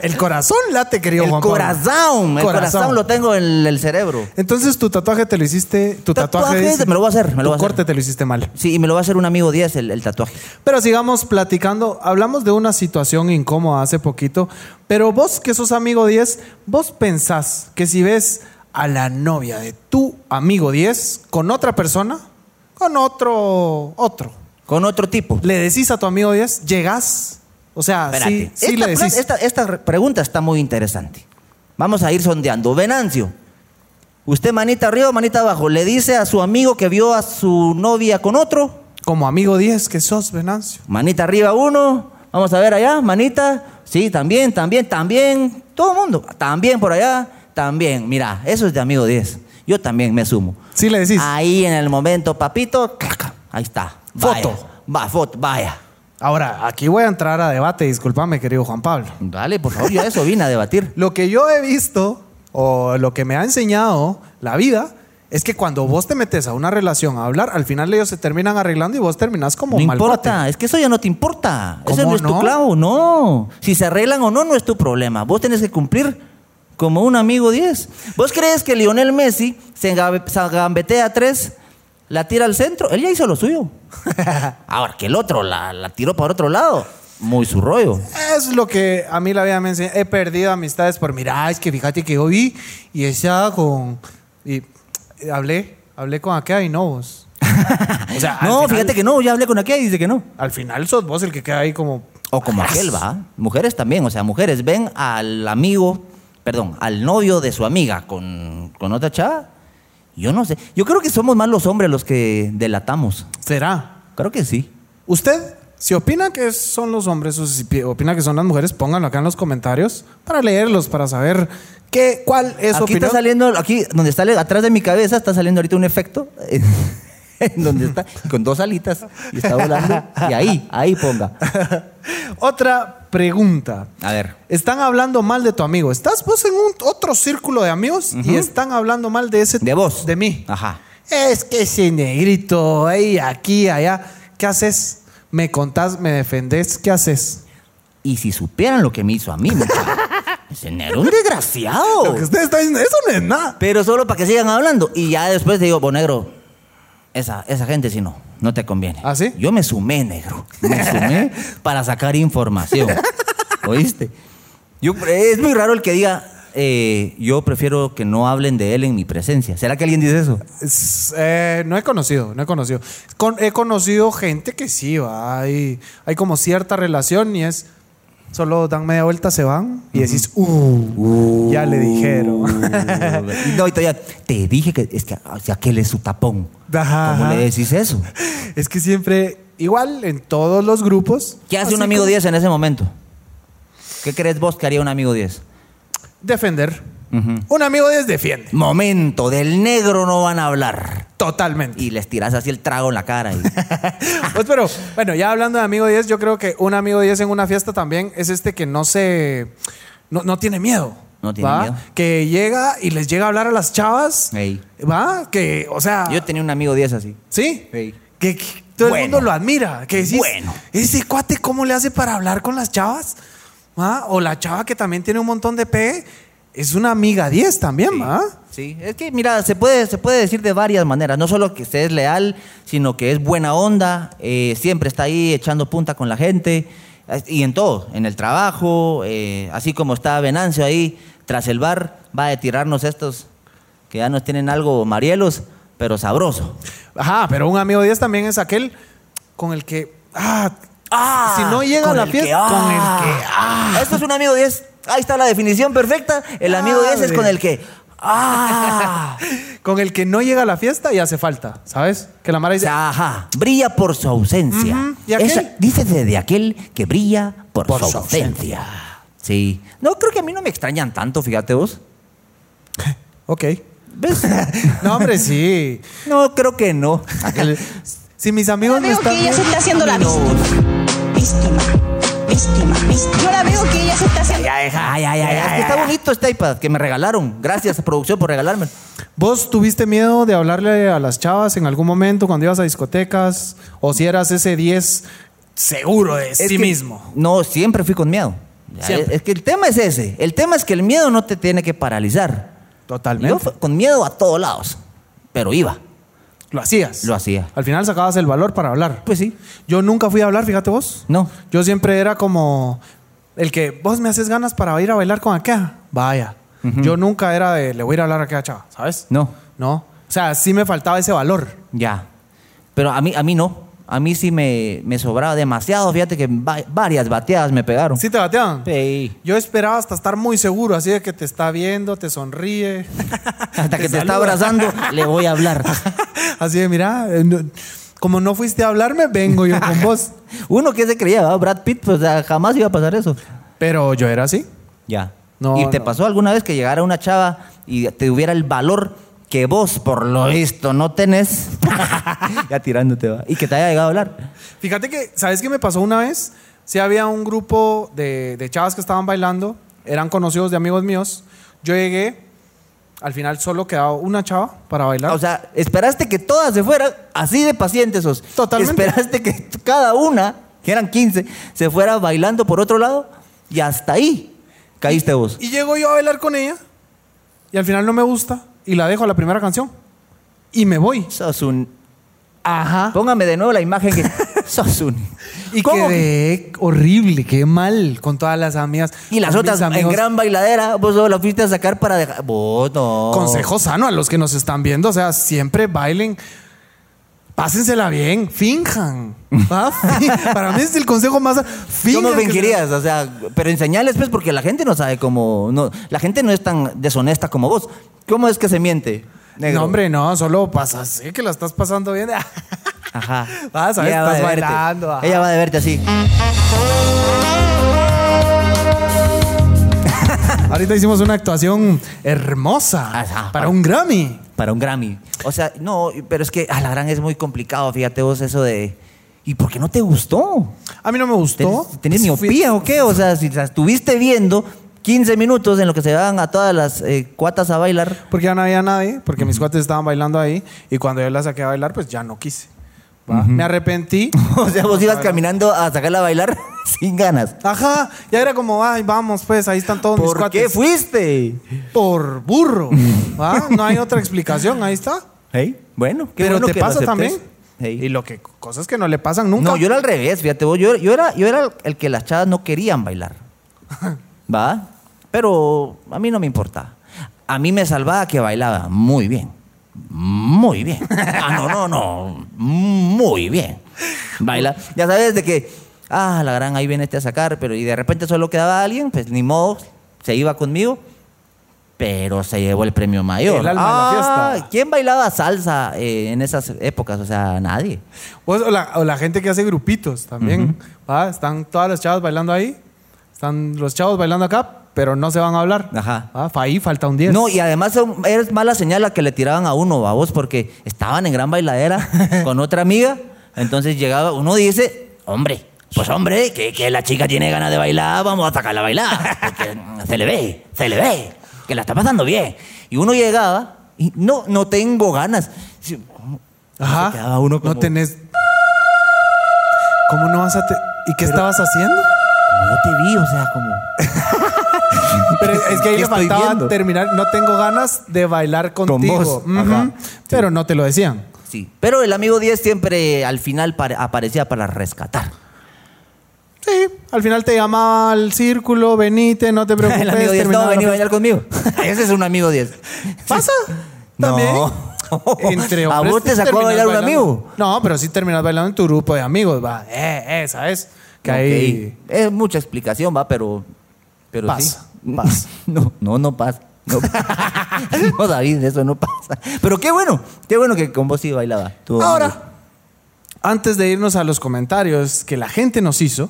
S2: El corazón late, querido
S1: el
S2: Juan Pablo.
S1: corazón, el corazón lo tengo en el cerebro.
S2: Entonces tu tatuaje te lo hiciste. Tu tatuaje.
S1: Tatuaje,
S2: dice-
S1: me lo voy a hacer, me lo
S2: tu
S1: voy a hacer.
S2: corte te lo hiciste mal.
S1: Sí, y me lo va a hacer un amigo Díaz el, el tatuaje.
S2: Pero sigamos platicando. Hablamos de una situación incómoda hace poquito. Pero vos, que sos amigo 10, vos pensás que si ves a la novia de tu amigo 10 con otra persona, con otro, otro,
S1: Con otro tipo.
S2: le decís a tu amigo 10, llegás. O sea, sí,
S1: Espérate.
S2: sí
S1: esta,
S2: le
S1: pla-
S2: decís.
S1: esta- esta re- pregunta está muy interesante. Vamos a ir sondeando. Venancio, usted manita arriba, manita abajo, le dice a su amigo que vio a su novia con otro.
S2: Como amigo 10 que sos, Venancio.
S1: Manita arriba uno. Vamos a ver allá, manita. Sí, también, también, también. Todo el mundo. También por allá. También. Mira, eso es de amigo 10. Yo también me sumo.
S2: Sí le decís.
S1: Ahí en el momento, papito. clac, Ahí está. Vaya.
S2: Foto.
S1: Va, foto, vaya.
S2: Ahora, aquí voy a entrar a debate, discúlpame, querido Juan Pablo.
S1: Dale, por favor, yo a eso vine a debatir.
S2: Lo que yo he visto o lo que me ha enseñado la vida es que cuando vos te metes a una relación a hablar, al final ellos se terminan arreglando y vos terminás
S1: [laughs]
S2: como
S1: No
S2: malvate.
S1: importa, es que eso ya no te importa. Eso
S2: ¿Cómo
S1: no es tu
S2: no?
S1: clavo, no. Si se arreglan o no, no es tu problema. Vos tenés que cumplir como un amigo 10. ¿Vos crees que Lionel Messi se engabe- se gambetea a tres, la tira al centro? Él ya hizo lo suyo. [laughs] Ahora, que el otro la, la tiró para otro lado. Muy su rollo.
S2: Es lo que a mí la vida me enseña. He perdido amistades por, mira, es que fíjate que yo vi y estaba con... Y hablé, hablé con aquella y no vos. O sea, al
S1: no,
S2: final-
S1: fíjate que no, ya hablé con aquella y dice que no.
S2: Al final sos vos el que queda ahí como...
S1: O como aquel, va. Mujeres también, o sea, mujeres ven al amigo, perdón, al novio de su amiga con, con otra chava. Yo no sé. Yo creo que somos más los hombres los que delatamos.
S2: ¿Será?
S1: Creo que sí.
S2: Usted, si opina que son los hombres o si pi- opina que son las mujeres, pónganlo acá en los comentarios para leerlos, para saber qué, cuál es su
S1: aquí
S2: opinión.
S1: está saliendo, aquí donde está atrás de mi cabeza está saliendo ahorita un efecto. [laughs] eh, En donde está, con dos alitas y está volando. Y ahí, ahí ponga.
S2: Otra pregunta.
S1: A ver.
S2: Están hablando mal de tu amigo. Estás vos en un otro círculo de amigos y están hablando mal de ese.
S1: De vos. Ah.
S2: De mí.
S1: Ajá.
S2: Es que ese negrito, ahí, aquí, allá. ¿Qué haces? ¿Me contás? ¿Me defendés? ¿Qué haces?
S1: Y si supieran lo que me hizo a mí, pues, muchacho. Ese era un desgraciado.
S2: Lo que usted está diciendo, eso no es nada.
S1: Pero solo para que sigan hablando. Y ya después te digo, vos negro, esa, esa gente si no, no te conviene.
S2: ¿Ah, sí?
S1: Yo me sumé, negro. Me
S2: [laughs]
S1: sumé para sacar información. ¿Oíste? Yo, es muy raro el que diga, eh, yo prefiero que no hablen de él en mi presencia. ¿Será que alguien dice
S2: [laughs]
S1: eso? [laughs]
S2: Es- eh, no he conocido, no he conocido. Con- he conocido gente que sí, va, hay, hay como cierta relación y es, solo dan media vuelta, se van y decís, uh, ya
S1: [laughs]
S2: le dijeron.
S1: no, y todavía, te dije que es que o sea, aquel es su tapón.
S2: Ajá,
S1: ¿Cómo
S2: ajá.
S1: le decís eso?
S2: es que siempre, igual en todos los grupos.
S1: ¿Qué hace
S2: así
S1: un amigo
S2: como
S1: 10 en ese momento? ¿Qué crees vos que haría un amigo 10?
S2: Defender. Un amigo 10 defiende,
S1: Momento, del negro no van a hablar.
S2: totalmente.
S1: y les tiras así el trago en la cara. y-
S2: Pues, pero, bueno, ya hablando de amigo 10, yo creo que un amigo 10 en una fiesta también es este que no se. No, no tiene miedo.
S1: No tiene
S2: ¿va?
S1: miedo.
S2: Que llega y les llega a hablar a las chavas.
S1: Ey.
S2: ¿Va? Que, o sea.
S1: Yo tenía un amigo 10 así.
S2: ¿Sí?
S1: Ey.
S2: Que, que todo
S1: Bueno.
S2: el mundo lo admira. Que decís,
S1: Bueno.
S2: ¿ese cuate cómo le hace para hablar con las chavas? ¿Va? O la chava que también tiene un montón de pegue. Es una amiga 10 también, ¿va?
S1: Sí, es que mira, se puede, se puede decir de varias maneras. No solo que usted es leal, sino que es buena onda, eh, siempre está ahí echando punta con la gente. eh, Y en todo, en el trabajo, eh, así como está Venancio ahí tras el bar, va a tirarnos estos que ya nos tienen algo marielos, pero sabroso.
S2: Ajá, pero un amigo 10 también es aquel con el que. Ah,
S1: Ah,
S2: si no llega a
S1: con
S2: la
S1: el que,
S2: fiesta.
S1: ah.
S2: Con el que. ah.
S1: Esto es un amigo 10. Ahí está la definición perfecta. El amigo 10 es
S2: Abre.
S1: con el que.
S2: [laughs]
S1: ¡Ah!
S2: con el que no llega a la fiesta y hace falta, ¿sabes? Que la
S1: O
S2: Mara dice,
S1: sea, ajá, brilla por su ausencia.
S2: Ujú, ¿y aquel?
S1: Esa- dice desde aquel que brilla por,
S2: Por
S1: su
S2: su
S1: ausencia. Sí. No, creo que a mí no me extrañan tanto, fíjate vos.
S2: ok. [laughs]
S1: ¿Ves? [laughs]
S2: No, hombre, sí.
S1: no, creo que no.
S2: Aquel- si mis amigos
S3: Yo
S2: no
S3: veo
S2: están
S3: que ella se
S2: bien-
S3: está haciendo la víctima. Víctima, víctima, víctima. Yo la veo que ella se está haciendo.
S1: Ya, deja, ya, ya, ya. Es que está bonito este iPad que me regalaron. Gracias, producción, por regalarme.
S2: ¿Vos tuviste miedo de hablarle a las chavas en algún momento cuando ibas a discotecas? ¿O si eras ese 10 seguro de
S1: Es
S2: sí
S1: que-
S2: mismo?
S1: No, siempre fui con miedo. Ya,
S2: Siempre.
S1: Es que el tema es ese. El tema es que el miedo no te tiene que paralizar.
S2: Totalmente.
S1: Yo fue- con miedo a todos lados, pero iba.
S2: Lo hacías.
S1: Lo hacía.
S2: Al final sacabas el valor para hablar.
S1: Pues sí.
S2: Yo nunca fui a hablar, fíjate vos.
S1: No.
S2: Yo siempre era como el que vos me haces ganas para ir a bailar con aquella. Vaya. Yo nunca era de le voy a ir a hablar a aquella chava, ¿sabes?
S1: No.
S2: No. O sea, sí me faltaba ese valor.
S1: Ya. Pero a mí, a mí no. A mí sí me, me sobraba demasiado. Fíjate que va- varias bateadas me pegaron.
S2: ¿Sí te bateaban? [laughs]
S1: Sí.
S2: Yo esperaba hasta estar muy seguro, así de que te está viendo, te sonríe. [laughs]
S1: Hasta que te está
S2: saluda. [laughs]
S1: abrazando, le voy a hablar.
S2: así de, mira, eh, no- Como no fuiste a hablarme, vengo yo con vos.
S1: Uno que se creía, ¿verdad? Brad Pitt, pues ah, jamás iba a pasar eso.
S2: [laughs] Pero yo era así.
S1: Ya.
S2: No,
S1: ¿Y te
S2: no.
S1: pasó alguna vez que llegara una chava y te hubiera el valor que vos, por lo visto, no tenés? [laughs] ya tirándote, va. Y que te haya llegado a hablar.
S2: Fíjate que, ¿sabes qué me pasó una vez? Sí había un grupo de, de chavas que estaban bailando, eran conocidos de amigos míos. Yo llegué, al final solo quedaba una chava para bailar.
S1: O sea, esperaste que todas se fueran, así de pacientes sos.
S2: Totalmente.
S1: Esperaste que t- cada una, que eran 15, se fuera bailando por otro lado y hasta ahí caíste vos.
S2: y llego yo a bailar con ella y al final no me gusta y la dejo a la primera canción y me voy.
S1: Sos un...
S2: Ajá.
S1: Póngame de nuevo la imagen
S2: [laughs]
S1: que... sos un...
S2: Y
S1: ¿Cómo que-
S2: quedé horrible, qué mal con todas las amigas.
S1: Y las
S2: con
S1: otras
S2: mis
S1: en
S2: amigos.
S1: gran bailadera, vos solo la fuiste a sacar para dejar... Vos no.
S2: Consejo sano a los que nos están viendo, o sea, siempre bailen. Pásensela bien,
S1: [laughs]
S2: finjan. ¿va? Para mí es el consejo más. Finjan
S1: ¿Cómo
S2: que se-
S1: fingirías? O sea, pero enseñales pues porque la gente no sabe cómo... No, la gente no es tan deshonesta como vos. ¿Cómo es que se miente? Negro?
S2: No, hombre, no, solo pasas. Sé que la estás pasando bien. [laughs]
S1: Ajá.
S2: Vas a ver,
S1: Ella va
S2: estás
S1: de verte.
S2: bailando, ajá.
S1: Ella va de verte así.
S2: Ahorita hicimos una actuación hermosa
S1: Ajá.
S2: para un Grammy.
S1: Para un Grammy. O sea, no, pero es que a la gran es muy complicado, fíjate vos, eso de. ¿Y por qué no te gustó?
S2: A mí no pues, me gustó.
S1: ¿Tenés, tenés miopía o qué? O sea, si la estuviste viendo 15 minutos en lo que se van a todas las eh, cuatas a bailar. [laughs]
S2: Porque ya no había nadie, porque mis cuates estaban bailando ahí. Y cuando yo la saqué a bailar, pues ya no quise. ¿va? Me arrepentí.
S1: [laughs] O sea, vos ibas caminando a sacarla a bailar [laughs] sin ganas.
S2: Ajá, ya era como, ay, vamos, pues ahí están todos mis
S1: ¿Por
S2: cuates.
S1: qué fuiste?
S2: Por burro.
S1: [laughs]
S2: ¿va? No hay otra explicación, ahí está.
S1: Hey, Bueno, qué
S2: Pero
S1: bueno
S2: te
S1: que lo
S2: pasa
S1: aceptés.
S2: también.
S1: Hey.
S2: Y lo que cosas que no le pasan nunca.
S1: No, yo era al revés, fíjate vos. Yo, yo era, yo era el que las chavas no querían
S2: [laughs]
S1: bailar. ¿Va? Pero a mí no me importaba. A mí me salvaba que bailaba muy bien. Muy bien. Ah, no, no, no. Muy bien. Baila. Ya sabes de que, ah, la gran ahí viene este a sacar, pero y de repente solo quedaba alguien, pues ni modo, se iba conmigo, pero se llevó el premio mayor.
S2: El alma de la
S1: Ah,
S2: fiesta.
S1: ¿Quién bailaba salsa eh, en esas épocas? O sea, nadie.
S2: Pues, o, la, o la gente que hace grupitos también. ¿va? Están todas las chavas bailando ahí. Están los chavos bailando acá, pero no se van a hablar.
S1: Ajá.
S2: ¿va? Ahí falta un 10.
S1: No, y además son- es mala señal la que le tiraban a uno, a vos, porque estaban en gran bailadera
S2: [laughs]
S1: con otra amiga. Entonces llegaba, uno dice, hombre, pues hombre, que, que la chica tiene ganas de bailar, vamos a sacarla a bailar.
S2: [laughs]
S1: Porque mm, se le ve, se le ve, que la está pasando bien. Y uno llegaba y no, no tengo ganas. Sí,
S2: Ajá.
S1: se quedaba uno como-
S2: No tenés. ¿Cómo no vas a.? te- ¿Y qué estabas
S1: [laughs]
S2: haciendo?
S1: Como no te vi, o sea, como...
S2: Pero es que ahí
S1: ¿Qué
S2: le
S1: estoy
S2: faltaba
S1: viendo?
S2: terminar. No tengo ganas de bailar contigo.
S1: vos.
S2: Ujú.
S1: Ajá.
S2: Pero no te lo decían.
S1: Sí, pero el amigo 10 siempre al final pare- aparecía para rescatar.
S2: Sí, al final te llamaba al círculo,
S1: [laughs]
S2: venite, no te preocupes.
S1: El amigo 10,
S2: terminaba
S1: no,
S2: la
S1: vení a
S2: fiesta.
S1: bailar conmigo.
S2: [laughs]
S1: Ese es un amigo 10.
S2: ¿Pasa? ¿También?
S1: No. [laughs]
S2: Entre
S1: ¿A
S2: hombres
S1: vos te sacó a
S2: terminas
S1: bailar un
S2: bailando.
S1: amigo?
S2: No, pero sí terminas bailando en tu grupo de amigos, va. Eh, eh, ¿sabes? Que ahí...
S1: Ok. Es mucha explicación, va, pero. pero
S2: Pasa,
S1: sí. [laughs] No, no, no pasa. No, [laughs] No, David, eso no pasa. Pero qué bueno, qué bueno que con vos sí bailaba. tu amigo.
S2: Ahora, antes de irnos a los comentarios que la gente nos hizo,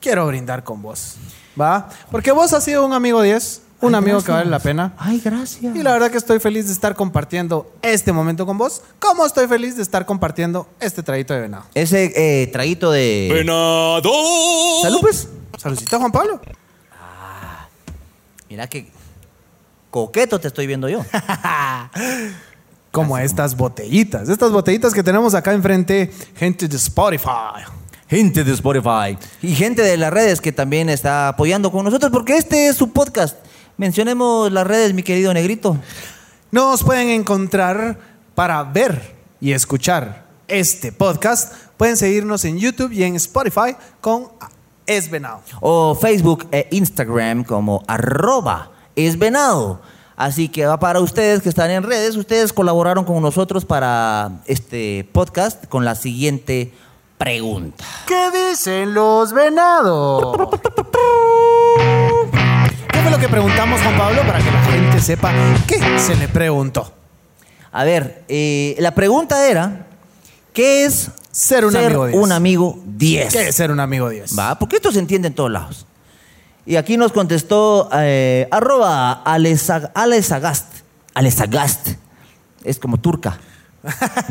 S2: quiero brindar con vos, va. Porque vos has sido un amigo 10, un
S1: Ay,
S2: amigo que
S1: gracias.
S2: vale la pena.
S1: Ay, gracias.
S2: Y la verdad que estoy feliz de estar compartiendo este momento con vos, como estoy feliz de estar compartiendo este traguito de venado.
S1: Ese eh, traguito de.
S6: venado,
S1: Salud, pues.
S2: Saludcita, Juan Pablo.
S1: Mirá que coqueto te estoy viendo yo.
S2: Como estas botellitas. Estas botellitas que tenemos acá enfrente, gente de Spotify.
S1: [laughs] Gente de Spotify. Y gente de las redes que también está apoyando con nosotros, porque este es su podcast. Mencionemos las redes, mi querido negrito.
S2: Nos pueden encontrar para ver y escuchar este podcast. Pueden seguirnos en YouTube y en Spotify con Es Venado.
S1: o Facebook e Instagram como arroba es venado. Así que va para ustedes que están en redes, ustedes colaboraron con nosotros para este podcast con la siguiente pregunta.
S2: ¿Qué dicen los venados? ¿Qué fue lo que preguntamos, Juan Pablo, para que la gente sepa qué se le preguntó?
S1: A ver, eh, la pregunta era, ¿Qué es
S2: Ser un amigo 10?
S1: un amigo 10?
S2: ¿Qué es ser un amigo 10?
S1: ¿Va? Porque esto se entiende en todos lados. Y aquí nos contestó eh, arroba Alesa- Alesagast. Alesagast. Es como
S2: [laughs]
S1: turca.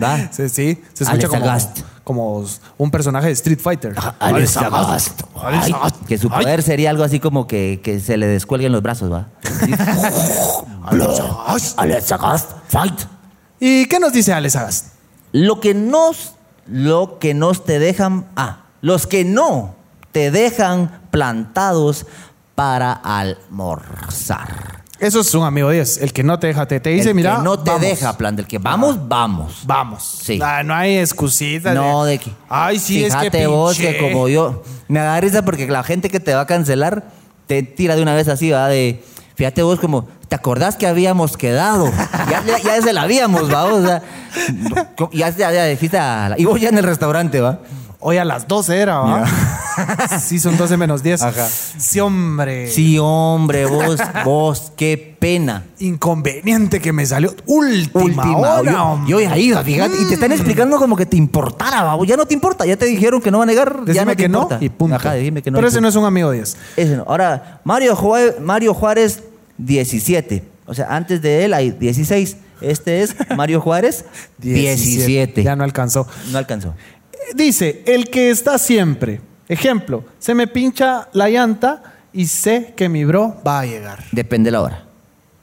S1: ¿Va?
S2: Sí, sí, se escucha como,
S1: Alesagast.
S2: como un personaje de Street Fighter.
S1: Alesagast. Ay, Que su poder sería algo así como que, que se le descuelguen los brazos, ¿va? Así.
S2: [laughs]
S1: Alesagast. Fight.
S2: ¿Y qué nos dice Alex Agas?
S1: Lo que nos, lo que nos te dejan, ah, los que no te dejan plantados para almorzar.
S2: Eso es un amigo 10, el que no te deja, te, te dice,
S1: el
S2: mira,
S1: que no te
S2: vamos,
S1: deja plan, del que vamos, vamos.
S2: Vamos.
S1: Sí.
S2: Ah, no hay excusita.
S1: No, de que.
S2: Ay, sí, es que
S1: fíjate vos
S2: pinche.
S1: que como yo. Me da risa porque la gente que te va a cancelar te tira de una vez así, va de. Fíjate vos como, ¿te acordás que habíamos quedado? Ya, ya, ya se la habíamos, va. O sea, no, ya, ya, ya dijiste a la- Y vos ya en el restaurante, va.
S2: Hoy a las 12 era, ¿va? [laughs] sí, son 12 menos 10.
S1: Ajá.
S2: Sí, hombre.
S1: Sí, hombre, vos, vos, qué pena.
S2: Inconveniente que me salió. Última, hora,
S1: yo,
S2: hombre. Mm.
S1: yo ya iba, fíjate. Y te están explicando como que te importara, babo. Ya no te importa, ya te dijeron que no va a negar.
S2: Decime
S1: ya no te
S2: que no
S1: importa.
S2: y punto.
S1: Ajá, dime que no.
S2: Pero
S1: y
S2: ese no
S1: punto.
S2: es un amigo 10.
S1: Ese no. Ahora, Mario, Jue- Mario Juárez, 17. O sea, antes de él hay 16. Este es Mario
S2: [laughs]
S1: Juárez, 17.
S2: Ya
S1: no.
S2: no alcanzó.
S1: alcanzó.
S2: Dice, el que está siempre. Ejemplo, se me pincha la llanta y sé que mi bro va a llegar.
S1: Depende la hora.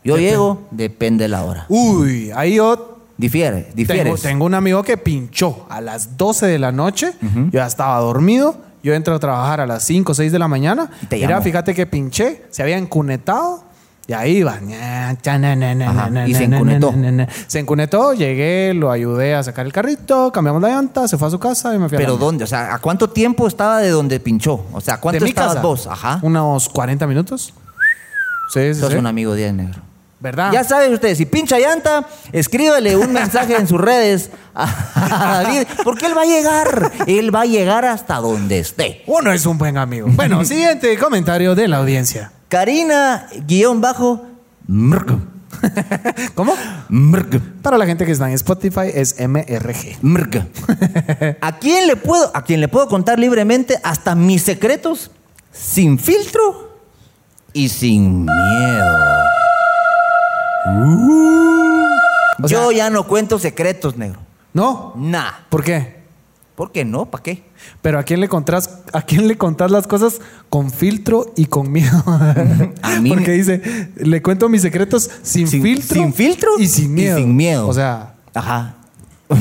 S1: Yo llego, depende la hora.
S2: Uy, ahí yo
S1: Difiere,
S2: tengo,
S1: difieres.
S2: tengo un amigo que pinchó a las 12 de la noche. Yo ya estaba dormido. Yo entro a trabajar a las 5 o 6 de la mañana.
S1: Y te
S2: Mira,
S1: llamó.
S2: fíjate que pinché. Se había encunetado. Y ahí iba. Ña, cha, na, na, na,
S1: Ajá,
S2: na,
S1: y
S2: na,
S1: se
S2: na,
S1: encunetó.
S2: na, na, na. Se encunetó. Llegué, lo ayudé a sacar el carrito. Cambiamos la llanta. Se fue a su casa y me fui a
S1: Pero
S2: la mía.
S1: ¿dónde? O sea, ¿a cuánto tiempo estaba de donde pinchó? O sea, ¿cuánto
S2: De mi
S1: estabas
S2: casa,
S1: vos? Ajá.
S2: Unos 40 minutos. Sí, sí,
S1: Sos
S2: sí.
S1: un amigo 10 negro.
S2: ¿Verdad?
S1: Ya saben ustedes, si pincha llanta, escríbale un mensaje en sus redes a, a David, porque él va a llegar. Él va a llegar hasta donde esté.
S2: Uno es un buen amigo.
S1: [laughs]
S2: Bueno, siguiente comentario de la audiencia.
S1: Karina, guión bajo, mrg,
S2: ¿Cómo?
S1: mrg,
S2: Para la gente que está en Spotify es MRG.
S1: mrg. ¿A quién le puedo, a quién le puedo contar libremente hasta mis secretos, sin filtro y sin miedo?
S2: Uh. O sea-
S1: Yo ya no cuento secretos, negro.
S2: No.
S1: Nah.
S2: ¿Por qué?
S1: ¿Por qué no? ¿Para qué?
S2: Pero a quién le contás, a quién le contás las cosas con filtro y con miedo.
S1: [laughs] A mí-
S2: Porque dice, le cuento mis secretos sin, filtro.
S1: sin filtro
S2: y sin miedo.
S1: sin miedo.
S2: O sea,
S1: Ajá. [laughs]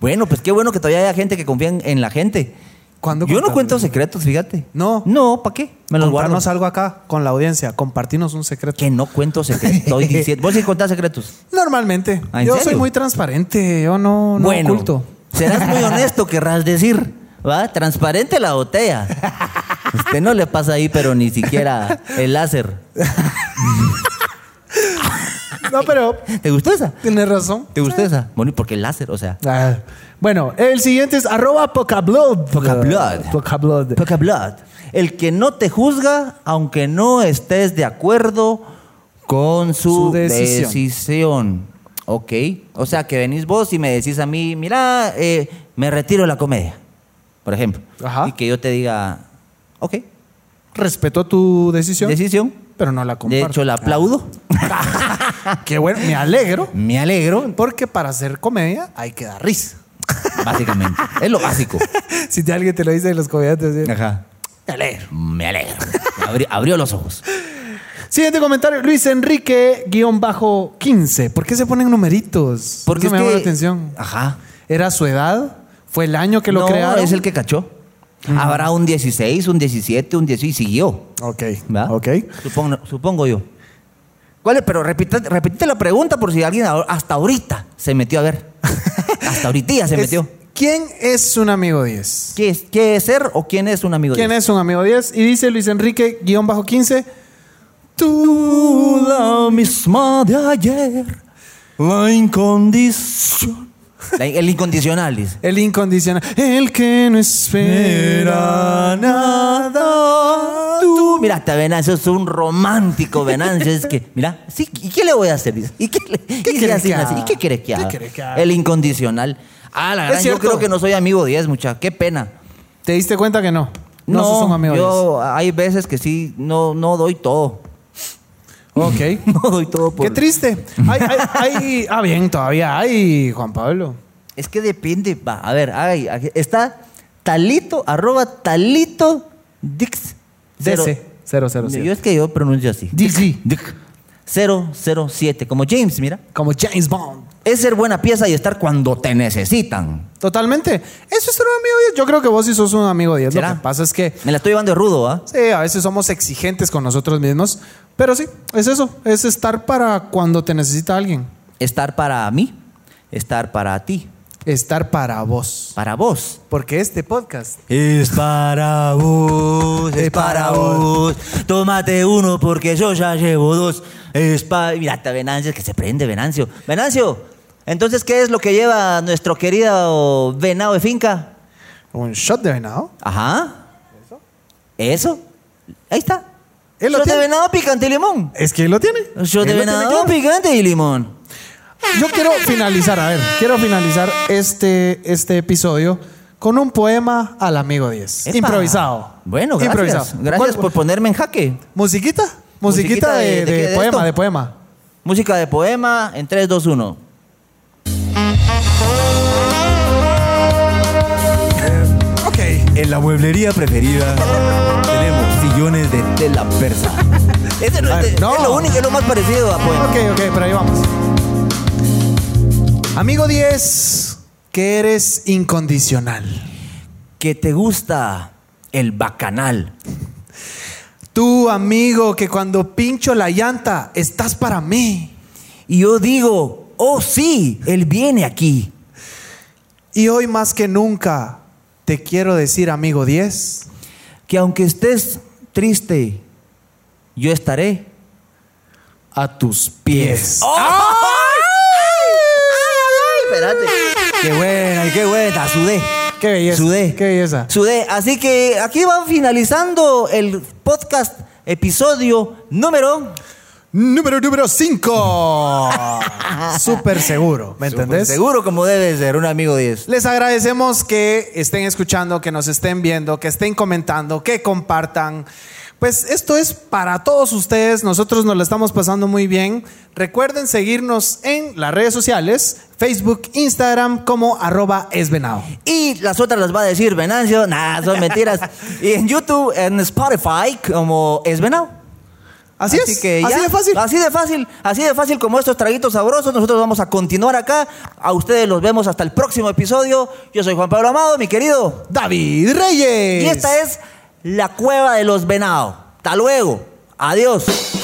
S1: bueno, pues qué bueno que todavía haya gente que confía en, en la gente.
S2: ¿Cuándo
S1: Yo no
S2: contaste?
S1: cuento secretos, fíjate.
S2: No.
S1: No, ¿para qué? Me los guardo.
S2: contanos algo acá con la audiencia, compartinos un secreto.
S1: Que no cuento secretos.
S2: [laughs]
S1: Estoy diciendo. Vos sí contás secretos.
S2: Normalmente.
S1: ¿Ah, en
S2: Yo soy
S1: serio?
S2: muy transparente, yo no, no
S1: bueno,
S2: oculto.
S1: serás
S2: [laughs]
S1: muy honesto, querrás decir. ¿Va? Transparente la
S2: [laughs]
S1: botella. Usted no le pasa ahí, pero ni siquiera el láser.
S2: No, pero
S1: ¿Te gustó esa?
S2: tienes razón.
S1: ¿Te gustó esa? Bueno, ¿y por qué el láser? O sea.
S2: Ah, bueno, el siguiente es arroba pocablod.
S1: Pocablod.
S2: Pocablod.
S1: Poca blood. El que no te juzga, aunque no estés de acuerdo con su,
S2: Su decisión.
S1: decisión. Ok. O sea, que venís vos y me decís a mí, mira, eh, me retiro de la comedia, por ejemplo.
S2: Ajá.
S1: Y que yo te diga, ok,
S2: Respetó tu decisión,
S1: decisión. Ah.
S2: pero no la
S1: De
S2: comparto. Ah,
S1: hecho, la aplaudo.
S2: Qué bueno, me alegro,
S1: Me alegro,
S2: porque para hacer comedia [laughs] hay que dar risa.
S1: [laughs] básicamente. es lo básico.
S2: Si te- alguien te lo dice de los comediantes, ¿sí?
S1: Ajá.
S2: me alegro.
S1: Me alegro. Abri- abrió los ojos. Ah.
S2: Siguiente comentario, Luis Enrique, guión bajo 15. ¿Por qué se ponen numeritos?
S1: Porque
S2: Eso me
S1: es
S2: llama
S1: que-
S2: la atención.
S1: Ajá.
S2: ¿Era su edad? ¿Fue el año que lo
S1: no,
S2: crearon?
S1: es el que cachó. Habrá un 16, un 17, un 16 y siguió.
S2: Ok,
S1: ¿verdad?
S2: ok.
S1: Supongo, supongo yo. ¿Cuál es? Pero repite, repite la pregunta por si alguien ahor- hasta ahorita se metió a
S2: [laughs]
S1: ver. hasta ahorita se
S2: Es-
S1: metió.
S2: ¿Quién es un amigo 10?
S1: ¿Qué es, qué es ser o quién es un amigo
S2: ¿Quién
S1: de
S2: es un amigo 10? Y dice Luis Enrique, guión bajo 15. Tú
S1: la misma de ayer, la incondición. el incondicional, dice.
S2: El incondicional. El que no espera nada. Tú.
S1: Mira, hasta Venancio es un romántico, Venancio. Es que, mira, sí, ¿y qué le voy a hacer? Dice, ¿Y qué, le, y si
S2: quieres
S1: así
S2: que
S1: nace? ¿Y
S2: haga?
S1: qué quieres que
S2: ¿Qué
S1: haga?
S2: quieres que haga?
S1: El incondicional. Ah, la
S2: Es
S1: gran, yo
S2: cierto.
S1: creo que no soy amigo 10, mucha. Qué pena.
S2: ¿Te diste cuenta que no? No,
S1: No,
S2: sos un amigo.
S1: yo hay veces que sí, no, no doy todo. [laughs]
S2: de ellos. Ok.
S1: No doy todo por...
S2: Qué triste. Hay, hay- hay- ah, bien, todavía hay, Juan Pablo.
S1: Es que depende. Va, a ver, ay, aquí está talito, arroba talito dix. cero-
S2: DC 007.
S1: Yo es que yo pronuncio así.
S2: DC.
S1: Dick. 007, como James, mira.
S2: Como James Bond.
S1: Es ser buena pieza y estar cuando te necesitan.
S2: Totalmente. Eso es ser un amigo 10. Yo creo que vos sí sos un amigo 10. Lo
S1: ¿Será?
S2: que pasa es que
S1: Me la estoy llevando de rudo, ¿ah?
S2: sí, a veces somos exigentes con nosotros mismos. Pero sí, es eso. Es estar para cuando te necesita alguien.
S1: Estar para mí, estar para ti,
S2: Estar para vos.
S1: para vos.
S2: Porque este podcast
S1: Es para vos, es para vos. Tómate uno porque yo ya llevo dos. Es para. Mira, está Venancio, que se prende, Venancio. Venancio, entonces, ¿qué es lo que lleva nuestro querido venado de finca?
S2: Un shot de venado.
S1: Ajá. ¿Eso? Ahí está.
S2: Él lo
S1: Yo de
S2: tiene.
S1: venado picante y limón.
S2: Es que él lo tiene.
S1: Yo
S2: Él
S1: de
S2: lo tiene
S1: venado
S2: claro.
S1: picante y limón.
S2: Yo quiero finalizar, a ver, quiero finalizar este, este episodio con un poema al amigo 10.
S1: Epa.
S2: Improvisado.
S1: Bueno, gracias. Gracias
S2: Bueno,
S1: por ponerme en jaque.
S2: Musiquita, musiquita,
S1: Musiquita
S2: de,
S1: de- de
S2: de
S1: qué, de
S2: poema,
S1: esto.
S2: de poema.
S1: Música de poema en 3, 2, 1.
S2: Ok.
S1: Eh, En la mueblería preferida tenemos sillones de tela persa. [laughs] Ese no,
S2: A ver,
S1: es, de-
S2: no.
S1: es lo único, es lo más parecido a poema.
S2: Ok, ok, pero ahí vamos. Amigo 10, que eres incondicional.
S1: Que te gusta el bacanal.
S2: Tú, amigo, que cuando pincho la llanta, estás para mí.
S1: Y yo digo, oh sí, él viene aquí.
S2: Y hoy más que nunca, te quiero decir, amigo 10,
S1: Que aunque estés triste, yo estaré.
S2: a tus pies.
S1: Espérate. Qué buena, qué buena, sudé.
S2: Qué belleza,
S1: Sudé.
S2: qué belleza.
S1: Sudé. Así que aquí va finalizando el podcast episodio número
S2: Número número [laughs] 5. Súper seguro, ¿me entendés?
S1: Seguro como debe ser, un amigo 10.
S2: Les agradecemos que estén escuchando, que nos estén viendo, que estén comentando, que compartan. Pues esto es para todos ustedes. Nosotros nos lo estamos pasando muy bien. Recuerden seguirnos en las redes sociales, Facebook, Instagram, como arroba esvenado.
S1: Y las otras las va a decir Venancio. Nah, son mentiras. y en YouTube, en Spotify, como es Venado.
S2: Así, es.
S1: que ya,
S2: así de fácil.
S1: Así de fácil. Así de fácil como estos traguitos sabrosos. Nosotros vamos a continuar acá. A ustedes los vemos hasta el próximo episodio. Yo soy Juan Pablo Amado, mi querido.
S2: David Reyes.
S1: Y esta es la cueva de los venados. Hasta luego. Adiós.